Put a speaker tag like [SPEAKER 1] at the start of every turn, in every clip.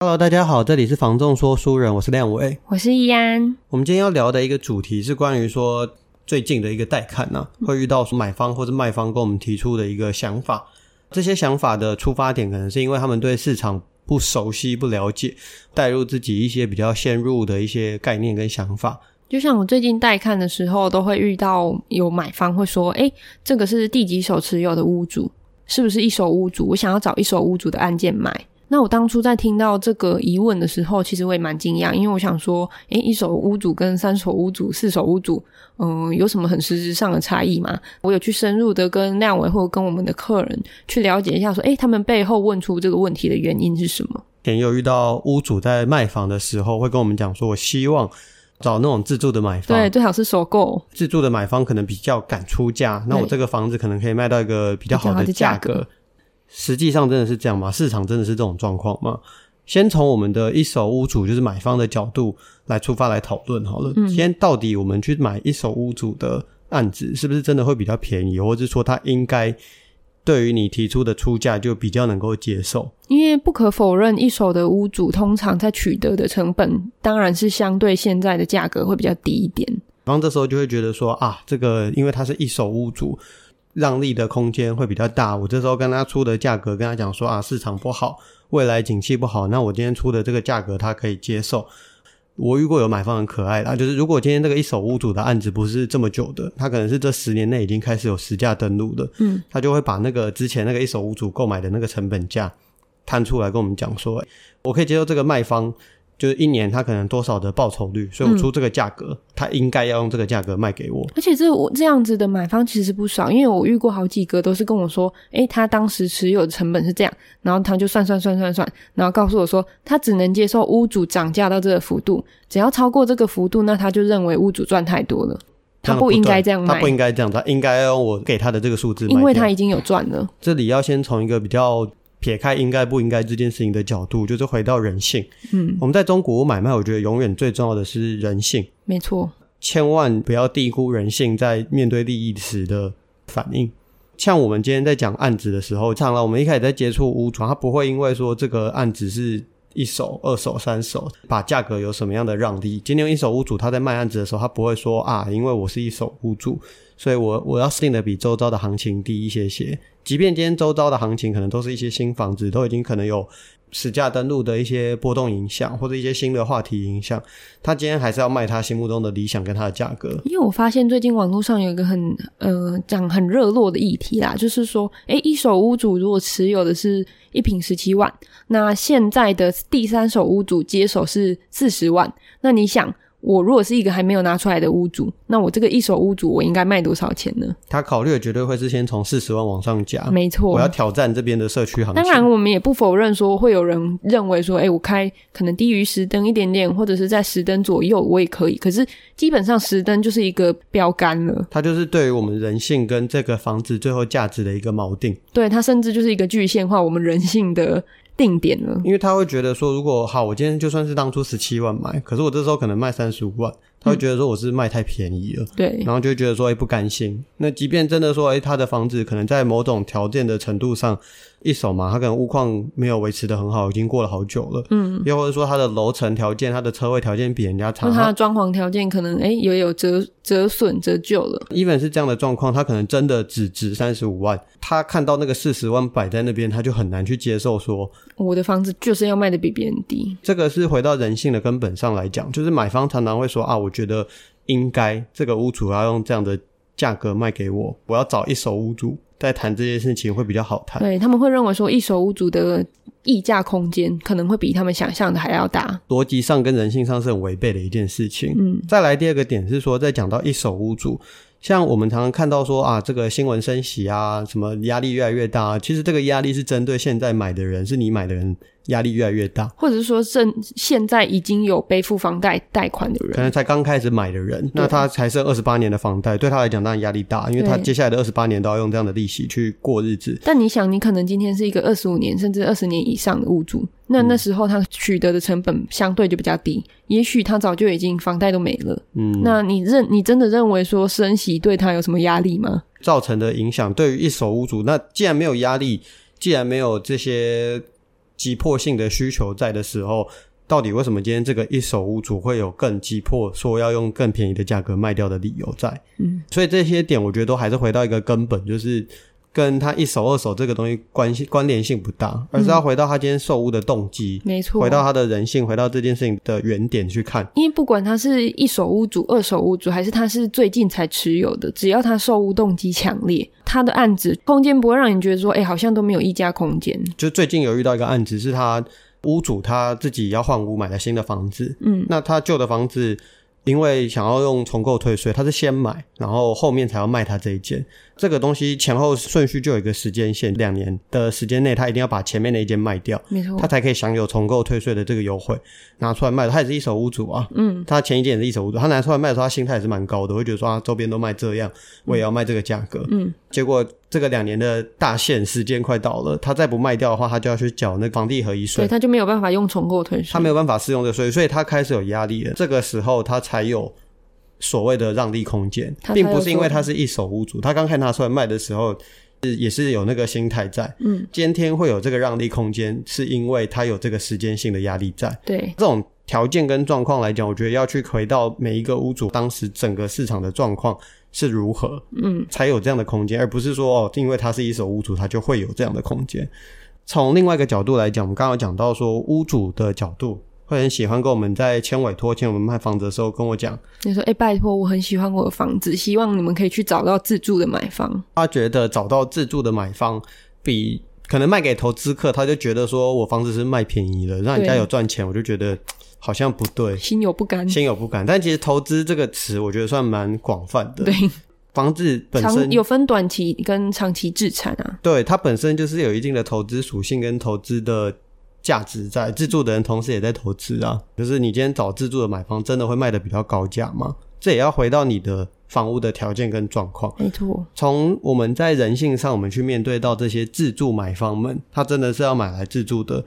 [SPEAKER 1] Hello，大家好，这里是房仲说书人，我是亮维。
[SPEAKER 2] 我是易安，
[SPEAKER 1] 我们今天要聊的一个主题是关于说最近的一个带看呐、会遇到买方或者卖方跟我们提出的一个想法。这些想法的出发点可能是因为他们对市场不熟悉、不了解，带入自己一些比较先入的一些概念跟想法。
[SPEAKER 3] 就像我最近带看的时候，都会遇到有买方会说：“哎，这个是第几手持有的屋主，是不是一手屋主？我想要找一手屋主的案件买。”那我当初在听到这个疑问的时候，其实我也蛮惊讶，因为我想说：“哎，一手屋主跟三手屋主、四手屋主，嗯，有什么很实质上的差异吗？”我有去深入的跟亮伟或者跟我们的客人去了解一下，说：“哎，他们背后问出这个问题的原因是什么？”
[SPEAKER 1] 也有遇到屋主在卖房的时候，会跟我们讲说，我希望找那种自住的买方，
[SPEAKER 3] 对，最好是首购。
[SPEAKER 1] 自住的买方可能比较敢出价，那我
[SPEAKER 3] 对
[SPEAKER 1] 这个房子可能可以卖到一个比较好的
[SPEAKER 3] 比较
[SPEAKER 1] 价
[SPEAKER 3] 好的价格
[SPEAKER 1] 格。实际上真的是这样吗？市场真的是这种状况吗？先从我们的一手屋主，就是买方的角度来出发来讨论好了。
[SPEAKER 3] 嗯
[SPEAKER 1] 今天到底我们去买一手屋主的案子，是不是真的会比较便宜，或者是说他应该对于你提出的出价就比较能够接受？
[SPEAKER 3] 因为不可否认，一手的屋主通常在取得的成本，当然是相对现在的价格会比较低一点。
[SPEAKER 1] 然后这时候就会觉得说啊，这个因为他是一手屋主，让利的空间会比较大。我这时候跟他出的价格，跟他讲说啊，市场不好，未来景气不好，那我今天出的这个价格他可以接受。我遇过有买方很可爱啦，就是如果今天这个一手屋主的案子不是这么久的，他可能是这十年内已经开始有实价登录的，
[SPEAKER 3] 嗯，
[SPEAKER 1] 他就会把那个之前那个一手屋主购买的那个成本价摊出来跟我们讲说，欸我可以接受这个卖方就是一年他可能多少的报酬率，所以我出这个价格，他应该要用这个价格卖给我。
[SPEAKER 3] 而且这我这样子的买方其实不少，因为我遇过好几个都是跟我说，诶，他当时持有的成本是这样，然后他就算算算算算，然后告诉我说，他只能接受屋主涨价到这个幅度，只要超过这个幅度，那他就认为屋主赚太多了，他
[SPEAKER 1] 这样不
[SPEAKER 3] 应该
[SPEAKER 1] 对
[SPEAKER 3] 这样
[SPEAKER 1] 他
[SPEAKER 3] 卖
[SPEAKER 1] 不，应该这样，他应该要用我给他的这个数字卖掉。
[SPEAKER 3] 因为他已经有赚了。
[SPEAKER 1] 这里要先从一个比较撇开应该不应该这件事情的角度，就是回到人性。
[SPEAKER 3] 嗯，
[SPEAKER 1] 我们在中国买卖，我觉得永远最重要的是人性。
[SPEAKER 3] 没错，
[SPEAKER 1] 千万不要低估人性在面对利益时的反应。像我们今天在讲案子的时候，常常我们一开始在接触屋主，他不会因为说这个案子是一手、二手、三手，把价格有什么样的让利。今天一手屋主他在卖案子的时候，他不会说啊，因为我是一手屋主，所以我我要定的比周遭的行情低一些些。即便今天周遭的行情可能都是一些新房子，都已经可能有实价登录的一些波动影响，或者一些新的话题影响，他今天还是要卖他心目中的理想跟他的价格。
[SPEAKER 3] 因为我发现最近网络上有一个很呃讲很热络的议题啦，就是说，诶，一手屋主如果持有的是一平十七万，那现在的第三手屋主接手是四十万，那你想，我如果是一个还没有拿出来的屋主，那我这个一手屋主我应该卖多少钱呢？
[SPEAKER 1] 他考虑的绝对会是先从四十万往上加。
[SPEAKER 3] 没错，
[SPEAKER 1] 啊我要挑战这边的社区行情。
[SPEAKER 3] 当然，我们也不否认说会有人认为说，哎、我开可能低于十灯一点点，或者是在十灯左右，我也可以。可是基本上十灯就是一个标杆了。
[SPEAKER 1] 它就是对于我们人性跟这个房子最后价值的一个锚定，
[SPEAKER 3] 对，它甚至就是一个具现化我们人性的定点了。
[SPEAKER 1] 因为他会觉得说，如果好，我今天就算是当初十七万买，可是我这时候可能卖三十五万，他会觉得说我是卖太便宜了，
[SPEAKER 3] 对，
[SPEAKER 1] 然后就会觉得说，哎、不甘心。那即便真的说，哎、他的房子可能在某种条件的程度上，一手嘛，他可能屋况没有维持的很好，已经过了好久了，嗯，又或者说他的楼层条件、他的车位条件比人家差，
[SPEAKER 3] 那它的装潢条件可能哎也有折折损折旧了。
[SPEAKER 1] even 是这样的状况，他可能真的只值三十五万，他看到那个四十万摆在那边，他就很难去接受说
[SPEAKER 3] 我的房子就是要卖的比别人低，
[SPEAKER 1] 这个是回到人性的根本上来讲，就是买方常常会说啊，我觉得应该这个屋主要用这样的价格卖给我，我要找一手屋主再谈这件事情会比较好谈。
[SPEAKER 3] 对他们会认为说一手屋主的溢价空间可能会比他们想象的还要大。
[SPEAKER 1] 逻辑上跟人性上是很违背的一件事情。
[SPEAKER 3] 嗯，
[SPEAKER 1] 再来第二个点是说，在讲到一手屋主，像我们常常看到说啊，这个新闻升息啊，什么压力越来越大啊，其实这个压力是针对现在买的人，是你买的人压力越来越大。
[SPEAKER 3] 或者是说正现在已经有背负房贷贷款的
[SPEAKER 1] 可
[SPEAKER 3] 人，
[SPEAKER 1] 能才刚开始买的人，那他才剩二十八年的房贷，对他来讲当然压力大，因为他
[SPEAKER 3] 对
[SPEAKER 1] 接下来的二十八年都要用这样的利息去过日子。
[SPEAKER 3] 但你想，你可能今天是一个二十五年甚至二十年以上的屋主，那
[SPEAKER 1] 嗯
[SPEAKER 3] 那时候他取得的成本相对就比较低，也许他早就已经房贷都没了。
[SPEAKER 1] 嗯，
[SPEAKER 3] 那你认你真的认为说升息对他有什么压力吗？
[SPEAKER 1] 造成的影响对于一手屋主，那既然没有压力，既然没有这些急迫性的需求在的时候，到底为什么今天这个一手屋主会有更急迫说要用更便宜的价格卖掉的理由在？
[SPEAKER 3] 嗯，
[SPEAKER 1] 所以这些点我觉得都还是回到一个根本，就是跟他一手二手这个东西关系关联性不大，而是要回到他今天售屋的动机。
[SPEAKER 3] 没错，
[SPEAKER 1] 回到他的人性，回到这件事情的原点去看。
[SPEAKER 3] 因为不管他是一手屋主、二手屋主，还是他是最近才持有的，只要他售屋动机强烈，他的案子空间不会让你觉得说，哎、好像都没有溢价空间。
[SPEAKER 1] 嗯就最近有遇到一个案子，是他屋主他自己要换屋，买了新的房子，
[SPEAKER 3] 嗯，
[SPEAKER 1] 那他旧的房子因为想要用重购退税，他是先买，然后后面才要卖他这一间。这个东西前后顺序就有一个时间线，两年的时间内他一定要把前面那一间卖掉，
[SPEAKER 3] 没错
[SPEAKER 1] 他，才可以享有重购退税的这个优惠，拿出来卖。他也是一手屋主啊，
[SPEAKER 3] 嗯，
[SPEAKER 1] 他前一件也是一手屋主，他拿出来卖的时候，他心态也是蛮高的，会觉得说啊，周边都卖这样，我也要卖这个价格。
[SPEAKER 3] 嗯，
[SPEAKER 1] 结果这个两年的大限时间快到了，他再不卖掉的话，他就要去缴那个房地合一
[SPEAKER 3] 所
[SPEAKER 1] 税
[SPEAKER 3] 以。他就没有办法用重购退税。
[SPEAKER 1] 他没有办法适用这个税，所以他开始有压力了。这个时候他才有所谓的让利空间
[SPEAKER 3] 他，才有
[SPEAKER 1] 并不是因为他是一手屋主，他刚看拿出来卖的时候。是也是有那个心态在，
[SPEAKER 3] 嗯，
[SPEAKER 1] 今天会有这个让利空间，是因为他有这个时间性的压力在。
[SPEAKER 3] 对，
[SPEAKER 1] 这种条件跟状况来讲，我觉得要去回到每一个屋主当时整个市场的状况是如何，
[SPEAKER 3] 嗯，
[SPEAKER 1] 才有这样的空间，而不是说哦，因为他是一手屋主，他就会有这样的空间。从另外一个角度来讲，我们刚刚有讲到说屋主的角度。会很喜欢跟我们在签委托、签我们卖房子的时候跟我讲，
[SPEAKER 3] 你说，哎、拜托，我很喜欢我的房子，希望你们可以去找到自住的买方。
[SPEAKER 1] 他啊觉得找到自住的买方比可能卖给投资客，他就觉得说我房子是卖便宜了，让人家
[SPEAKER 3] 对
[SPEAKER 1] 有赚钱，我就觉得嘖好像不对，
[SPEAKER 3] 心有不甘，
[SPEAKER 1] 心有不甘。但其实投资这个词，我觉得算蛮广泛的。
[SPEAKER 3] 对，
[SPEAKER 1] 房子本身
[SPEAKER 3] 长有分短期跟长期置产啊，
[SPEAKER 1] 对它本身就是有一定的投资属性跟投资的价值在。自住的人同时也在投资啊，就是你今天找自住的买方，真的会卖的比较高价吗？这也要回到你的房屋的条件跟状况。
[SPEAKER 3] 没错，
[SPEAKER 1] 从我们在人性上，我们去面对到这些自住买方们，他真的是要买来自住的，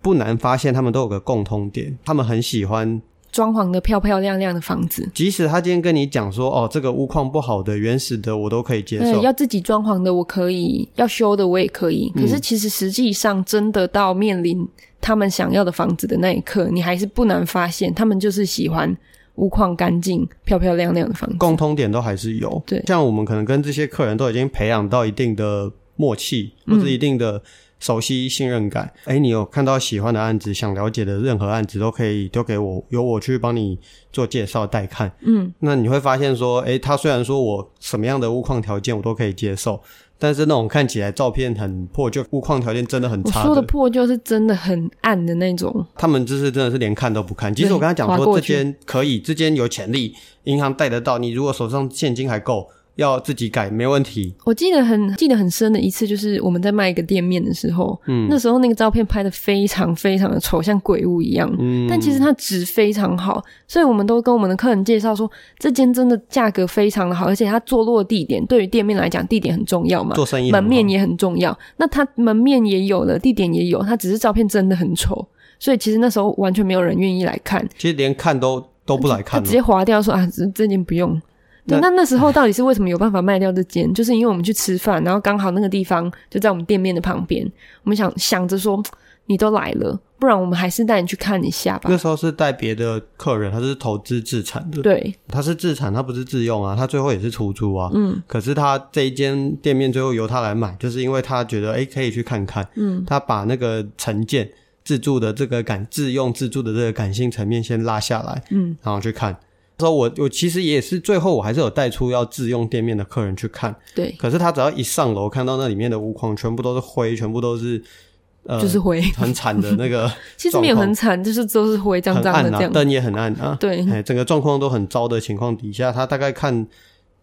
[SPEAKER 1] 不难发现他们都有个共通点，他们很喜欢
[SPEAKER 3] 装潢的漂漂亮亮的房子。
[SPEAKER 1] 即使他今天跟你讲说，哦，这个屋况不好的、原始的，我都可以接受
[SPEAKER 3] 对，。要自己装潢的我可以，要修的我也可以。可
[SPEAKER 1] 嗯
[SPEAKER 3] 是其实实际上，真的到面临他们想要的房子的那一刻，你还是不难发现，他们就是喜欢屋况干净、漂漂亮亮的房子。
[SPEAKER 1] 共通点都还是有。
[SPEAKER 3] 对
[SPEAKER 1] 像我们可能跟这些客人都已经培养到一定的默契，
[SPEAKER 3] 嗯
[SPEAKER 1] 或者一定的熟悉信任感。哎、你有看到喜欢的案子，想了解的任何案子都可以丢给我，由我去帮你做介绍带看。
[SPEAKER 3] 嗯，
[SPEAKER 1] 那你会发现说，哎、他虽然说我什么样的屋况条件我都可以接受，但是那种看起来照片很破，就屋况条件真的很
[SPEAKER 3] 我
[SPEAKER 1] 差
[SPEAKER 3] 说的破就是真的很暗的那种，
[SPEAKER 1] 他们就是真的是连看都不看。即使我跟他讲
[SPEAKER 3] 划
[SPEAKER 1] 说
[SPEAKER 3] 过
[SPEAKER 1] 这
[SPEAKER 3] 去
[SPEAKER 1] 间可以，这间有潜力，银行贷得到，你如果手上现金还够，要自己改没问题。
[SPEAKER 3] 我记得很记得很深的一次，就是我们在卖一个店面的时候，嗯，那时候那个照片拍的非常非常的丑，像鬼屋一样，嗯，但其实它值非常好，所以我们都跟我们的客人介绍说，这间真的价格非常的好，而且它坐落地点对于店面来讲，地点很重要嘛，
[SPEAKER 1] 做生意
[SPEAKER 3] 门
[SPEAKER 1] 很好
[SPEAKER 3] 面也很重要，那它门面也有了，地点也有，它只是照片真的很丑，所以其实那时候完全没有人愿意来看，
[SPEAKER 1] 其实连看都都不来
[SPEAKER 3] 他
[SPEAKER 1] 看
[SPEAKER 3] 直
[SPEAKER 1] 了。
[SPEAKER 3] 接划掉说啊，这这间不用。对，
[SPEAKER 1] 那
[SPEAKER 3] 那那时候到底是为什么有办法卖掉这间？就是因为我们去吃饭，然后刚好那个地方就在我们店面的旁边，我们想想着说，你都来了，不然我们还是带你去看一下吧
[SPEAKER 1] 那。时候是带别的客人，他是投资自产的，
[SPEAKER 3] 对，
[SPEAKER 1] 他是自产，他不是自用啊，他最后也是出租啊。
[SPEAKER 3] 嗯，
[SPEAKER 1] 可是他这一间店面最后由他来买，就是因为他觉得哎、诶可以去看看，
[SPEAKER 3] 嗯，
[SPEAKER 1] 他把那个成见自助的这个感自用自助的这个感性层面先拉下来，
[SPEAKER 3] 嗯，
[SPEAKER 1] 然后去看。说我我其实也是最后我还是有带出要自用店面的客人去看，
[SPEAKER 3] 对，
[SPEAKER 1] 可是他只要一上楼看到那里面的屋况全部都是灰，全部都是呃
[SPEAKER 3] 就是灰，
[SPEAKER 1] 很惨的那个
[SPEAKER 3] 其实没有
[SPEAKER 1] 状况
[SPEAKER 3] 很惨，就是都是 灰脏
[SPEAKER 1] 很
[SPEAKER 3] 脏的
[SPEAKER 1] 暗
[SPEAKER 3] 这
[SPEAKER 1] 啊，
[SPEAKER 3] 样。
[SPEAKER 1] 灯也很暗啊，
[SPEAKER 3] 对
[SPEAKER 1] 哎，整个状况都很糟的情况底下，他大概看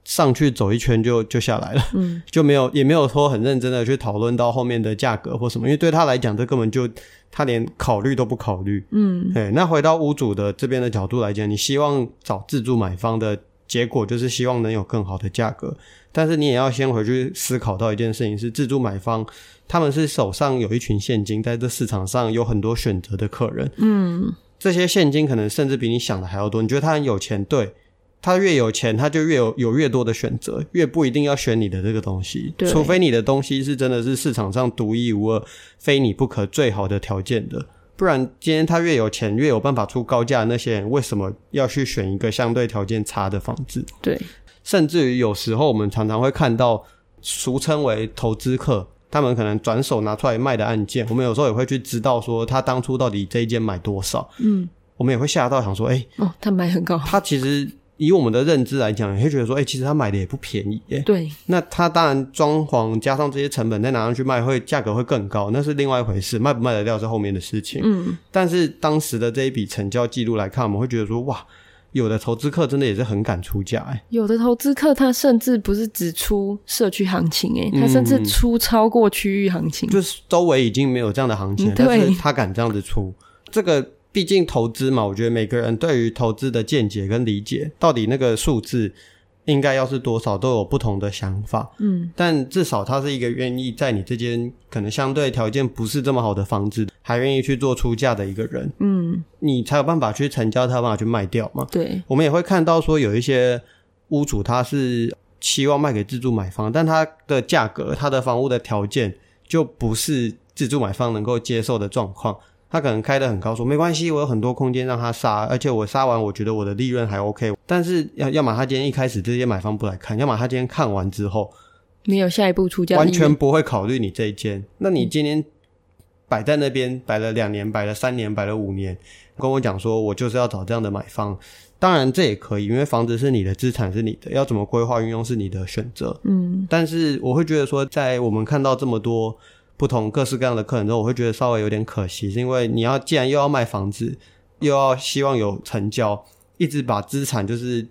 [SPEAKER 1] 上去走一圈就就下来了，
[SPEAKER 3] 嗯，
[SPEAKER 1] 就没有也没有说很认真的去讨论到后面的价格或什么，因为对他来讲，这根本就他连考虑都不考虑。
[SPEAKER 3] 嗯
[SPEAKER 1] 对，那回到屋主的这边的角度来讲，你希望找自住买方的结果就是希望能有更好的价格，但是你也要先回去思考到一件事情是，自住买方他们是手上有一群现金，在这市场上有很多选择的客人，
[SPEAKER 3] 嗯，
[SPEAKER 1] 这些现金可能甚至比你想的还要多。你觉得他很有钱，对他越有钱，他就越有有越多的选择，越不一定要选你的这个东西，
[SPEAKER 3] 对
[SPEAKER 1] 除非你的东西是真的是市场上独一无二、非你不可、最好的条件的。不然，今天他越有钱，越有办法出高价的那些人，为什么要去选一个相对条件差的房子？
[SPEAKER 3] 对，
[SPEAKER 1] 甚至于有时候我们常常会看到，俗称为投资客，他们可能转手拿出来卖的案件，我们有时候也会去知道说他当初到底这一间买多少，
[SPEAKER 3] 嗯，
[SPEAKER 1] 我们也会吓到想说，哎、
[SPEAKER 3] 哦，他买很高，
[SPEAKER 1] 他其实以我们的认知来讲，也会觉得说，哎、其实他买的也不便宜、耶。
[SPEAKER 3] 对，
[SPEAKER 1] 那他当然装潢加上这些成本再拿上去卖会，价格会更高，那是另外一回事，卖不卖得掉是后面的事情。
[SPEAKER 3] 嗯，
[SPEAKER 1] 但是当时的这一笔成交记录来看，我们会觉得说，哇，有的投资客真的也是很敢出价、哎。
[SPEAKER 3] 有的投资客他甚至不是只出社区行情、欸，
[SPEAKER 1] 嗯
[SPEAKER 3] 他甚至出超过区域行情，
[SPEAKER 1] 就是周围已经没有这样的行情了
[SPEAKER 3] 嗯，
[SPEAKER 1] 但
[SPEAKER 3] 对
[SPEAKER 1] 是他敢这样子出，这个毕竟投资嘛，我觉得每个人对于投资的见解跟理解，到底那个数字应该要是多少，都有不同的想法。
[SPEAKER 3] 嗯，
[SPEAKER 1] 但至少他是一个愿意在你这间可能相对条件不是这么好的房子，还愿意去做出价的一个人，
[SPEAKER 3] 嗯，
[SPEAKER 1] 你才有办法去成交，才有办法去卖掉嘛。
[SPEAKER 3] 对，
[SPEAKER 1] 我们也会看到说有一些屋主他是期望卖给自住买方，但他的价格、他的房屋的条件就不是自住买方能够接受的状况。他可能开得很高，说没关系，我有很多空间让他杀，而且我杀完，我觉得我的利润还 OK。但是要要么他今天一开始这些买方不来看，要么他今天看完之后
[SPEAKER 3] 没有下一步出价的
[SPEAKER 1] 完
[SPEAKER 3] 意
[SPEAKER 1] 全
[SPEAKER 3] 愿，
[SPEAKER 1] 不会考虑你这一间。那你今天摆在那边摆了两年，摆了三年，摆了五年，跟我讲说我就是要找这样的买方，当然这也可以，因为房子是你的资产，是你的，要怎么规划运用是你的选择。
[SPEAKER 3] 嗯，
[SPEAKER 1] 但是我会觉得说，在我们看到这么多不同各式各样的客人之后，我会觉得稍微有点可惜，是因为你要既然又要卖房子，又要希望有成交，一直把资产就是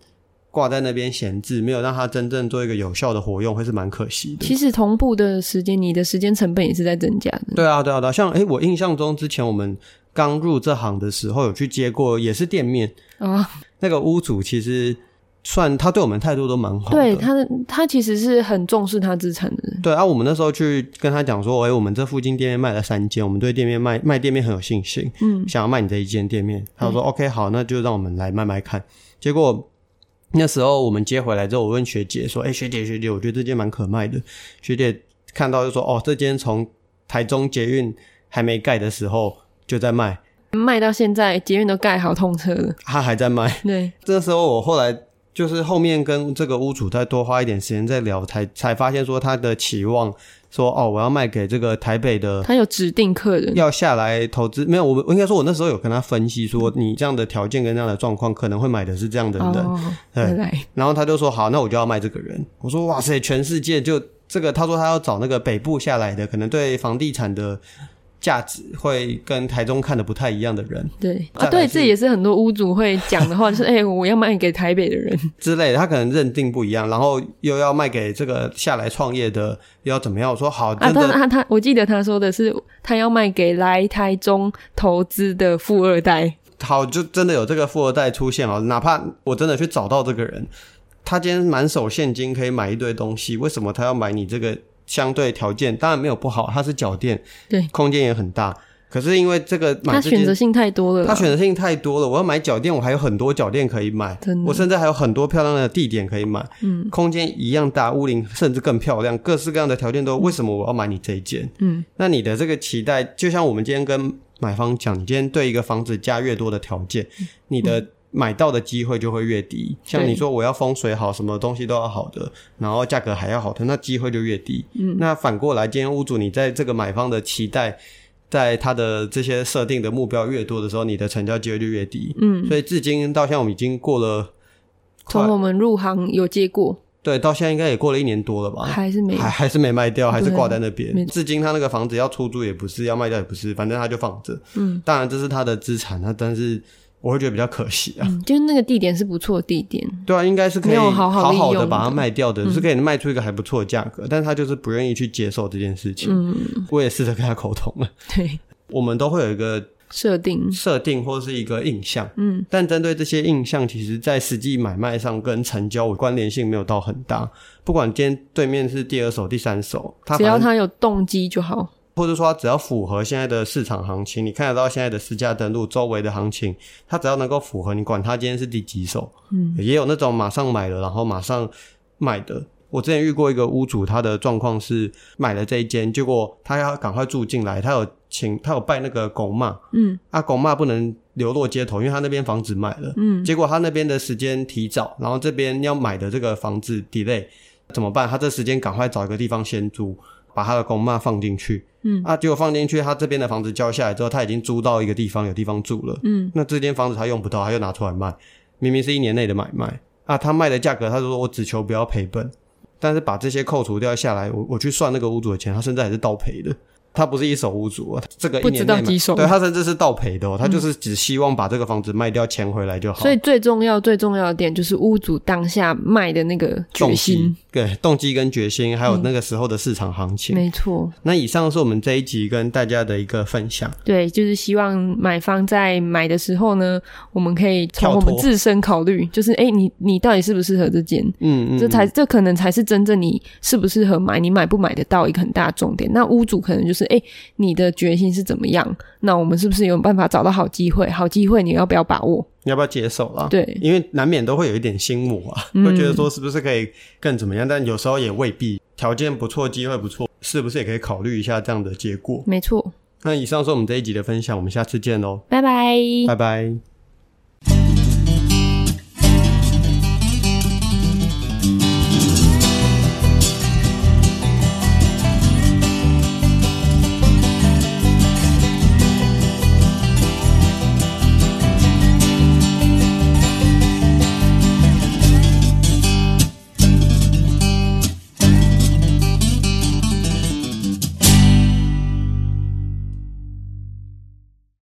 [SPEAKER 1] 挂在那边闲置，没有让它真正做一个有效的活用，会是蛮可惜的。
[SPEAKER 3] 其实同步的时间，你的时间成本也是在增加的，
[SPEAKER 1] 对啊，对啊，对啊，像诶，我印象中之前我们刚入这行的时候，有去接过也是店面，
[SPEAKER 3] 啊、
[SPEAKER 1] 那个屋主其实算他对我们态度都蛮好的，
[SPEAKER 3] 对他的，他其实是很重视他资产的人，
[SPEAKER 1] 对啊，我们那时候去跟他讲说，哎、我们这附近店面卖了三间，我们对店面卖卖店面很有信心，
[SPEAKER 3] 嗯，
[SPEAKER 1] 想要卖你这一间店面。他说、OK，好，那就让我们来卖卖看。结果那时候我们接回来之后，我问学姐说，哎、学姐学姐，我觉得这间蛮可卖的。学姐看到就说，哦，这间从台中捷运还没盖的时候就在卖，
[SPEAKER 3] 卖到现在捷运都盖好通车 了，
[SPEAKER 1] 他还在卖。
[SPEAKER 3] 对，
[SPEAKER 1] 这时候我后来就是后面跟这个屋主再多花一点时间再聊，才才发现说他的期望说哦，我要卖给这个台北的。
[SPEAKER 3] 他有指定客人，
[SPEAKER 1] 呃要下来投资没有？我我应该说，我那时候有跟他分析说，你这样的条件跟这样的状况，可能会买的是这样的人。
[SPEAKER 3] 哦，
[SPEAKER 1] 对
[SPEAKER 3] 原来，
[SPEAKER 1] 然后他就说好，那我就要卖这个人。我说哇塞，全世界就这个，他说他要找那个北部下来的，可能对房地产的价值会跟台中看的不太一样的人。
[SPEAKER 3] 对
[SPEAKER 1] 再
[SPEAKER 3] 啊，
[SPEAKER 1] 来
[SPEAKER 3] 对，
[SPEAKER 1] 是
[SPEAKER 3] 这也是很多屋主会讲的话， 就是哎、我要卖给台北的人，
[SPEAKER 1] 之类的，他可能认定不一样，然后又要卖给这个下来创业的，又要怎么样？我说好，
[SPEAKER 3] 啊，
[SPEAKER 1] 哦真
[SPEAKER 3] 他
[SPEAKER 1] 的，
[SPEAKER 3] 他他，我记得他说的是，他要卖给来台中投资的富二代。
[SPEAKER 1] 好，就真的有这个富二代出现哦。哪怕我真的去找到这个人，他今天满手现金可以买一堆东西，为什么他要买你这个相对条件？当然没有不好，他是脚店，
[SPEAKER 3] 对
[SPEAKER 1] 空间也很大，可是因为这个买
[SPEAKER 3] 他
[SPEAKER 1] 这间
[SPEAKER 3] 选择性太多了啦，
[SPEAKER 1] 它选择性太多了，我要买脚店，我还有很多脚店可以买
[SPEAKER 3] 真，的
[SPEAKER 1] 我甚至还有很多漂亮的地点可以买，
[SPEAKER 3] 嗯，
[SPEAKER 1] 空间一样大，屋龄甚至更漂亮，各式各样的条件都有，为什么我要买你这一间？
[SPEAKER 3] 嗯，
[SPEAKER 1] 那你的这个期待，就像我们今天跟买方讲，你今天对一个房子加越多的条件，
[SPEAKER 3] 嗯
[SPEAKER 1] 你的买到的机会就会越低。像你说我要风水好，什么东西都要好的，然后价格还要好的，那机会就越低。嗯，那反过来，今天屋主你在这个买方的期待，在他的这些设定的目标越多的时候，你的成交机会就越低。
[SPEAKER 3] 嗯，
[SPEAKER 1] 所以至今到现在，我们已经过了快
[SPEAKER 3] 从我们入行有接过，
[SPEAKER 1] 对，到现在应该也过了一年多了吧？
[SPEAKER 3] 还是没有
[SPEAKER 1] 哦
[SPEAKER 3] 啊
[SPEAKER 1] 还还是没卖掉，还是挂在那
[SPEAKER 3] 没
[SPEAKER 1] 边。
[SPEAKER 3] 错
[SPEAKER 1] 至今他那个房子要出租也不是，要卖掉也不是，反正他就放着。
[SPEAKER 3] 嗯，
[SPEAKER 1] 当然这是他的资产，他但是我会觉得比较可惜啊。
[SPEAKER 3] 嗯，就是那个地点是不错的地点，
[SPEAKER 1] 对啊，应该是可以
[SPEAKER 3] 没有
[SPEAKER 1] 好
[SPEAKER 3] 好好利用的
[SPEAKER 1] 的把它卖掉的，是可以卖出一个还不错的价格，但是他就是不愿意去接受这件事情。
[SPEAKER 3] 嗯，
[SPEAKER 1] 我也试着跟他沟通了，
[SPEAKER 3] 对，
[SPEAKER 1] 我们都会有一个
[SPEAKER 3] 设定，
[SPEAKER 1] 设定或是一个印象，
[SPEAKER 3] 嗯，
[SPEAKER 1] 但针对这些印象，其实在实际买卖上跟成交关联性没有到很大。不管今天对面是第二手、第三手，他
[SPEAKER 3] 只要
[SPEAKER 1] 反正
[SPEAKER 3] 他有动机就好，
[SPEAKER 1] 或者说他只要符合现在的市场行情，你看得到现在的市价登录周围的行情，他只要能够符合，你管他今天是第几手，
[SPEAKER 3] 嗯，
[SPEAKER 1] 也有那种马上买了然后马上卖的。我之前遇过一个屋主，他的状况是买了这一间，结果他要赶快住进来，他有请他有拜那个公妈，
[SPEAKER 3] 嗯
[SPEAKER 1] 啊公妈不能流落街头，因为他那边房子卖了，
[SPEAKER 3] 嗯
[SPEAKER 1] 结果他那边的时间提早，然后这边要买的这个房子 delay 怎么办？他这时间赶快找一个地方先租，把他的公妈放进去。
[SPEAKER 3] 嗯
[SPEAKER 1] 啊，结果放进去，他这边的房子交下来之后，他已经租到一个地方，有地方住了。
[SPEAKER 3] 嗯
[SPEAKER 1] 那这间房子他用不到，他又拿出来卖，明明是一年内的买卖啊，他卖的价格，他说我只求不要赔本，但是把这些扣除掉下来，我我去算那个屋主的钱，他甚至还是倒赔的。他不是一手屋主啊，这个一
[SPEAKER 3] 不知
[SPEAKER 1] 年内
[SPEAKER 3] 道
[SPEAKER 1] 买
[SPEAKER 3] 几手
[SPEAKER 1] 对他甚至是倒赔的哦，他就是只希望把这个房子卖掉，钱回来就好。
[SPEAKER 3] 所以最重要最重要的点就是屋主当下卖的那个决
[SPEAKER 1] 动
[SPEAKER 3] 心嗯
[SPEAKER 1] 机，，对动机跟决心，还有那个时候的市场行情。
[SPEAKER 3] 没错，
[SPEAKER 1] 那以上是我们这一集跟大家的一个分享。
[SPEAKER 3] 对，就是希望买方在买的时候呢，我们可以从
[SPEAKER 1] 跳
[SPEAKER 3] 我
[SPEAKER 1] 脱
[SPEAKER 3] 们自身考虑，就是哎，诶你你到底适不适合这件？
[SPEAKER 1] 嗯嗯，
[SPEAKER 3] 这才这可能才是真正你适不适合买，你买不买得到一个很大的重点。那屋主可能就是，哎，你的决心是怎么样？那我们是不是有办法找到好机会？好机会你要不要把握？
[SPEAKER 1] 你要不要接手啦？
[SPEAKER 3] 对
[SPEAKER 1] 因为难免都会有一点心魔啊，
[SPEAKER 3] 嗯
[SPEAKER 1] 会觉得说是不是可以更怎么样，但有时候也未必，条件不错，机会不错，是不是也可以考虑一下这样的结果？
[SPEAKER 3] 没错，
[SPEAKER 1] 那以上是我们这一集的分享，我们下次见喽，
[SPEAKER 3] 拜拜。
[SPEAKER 1] 拜拜。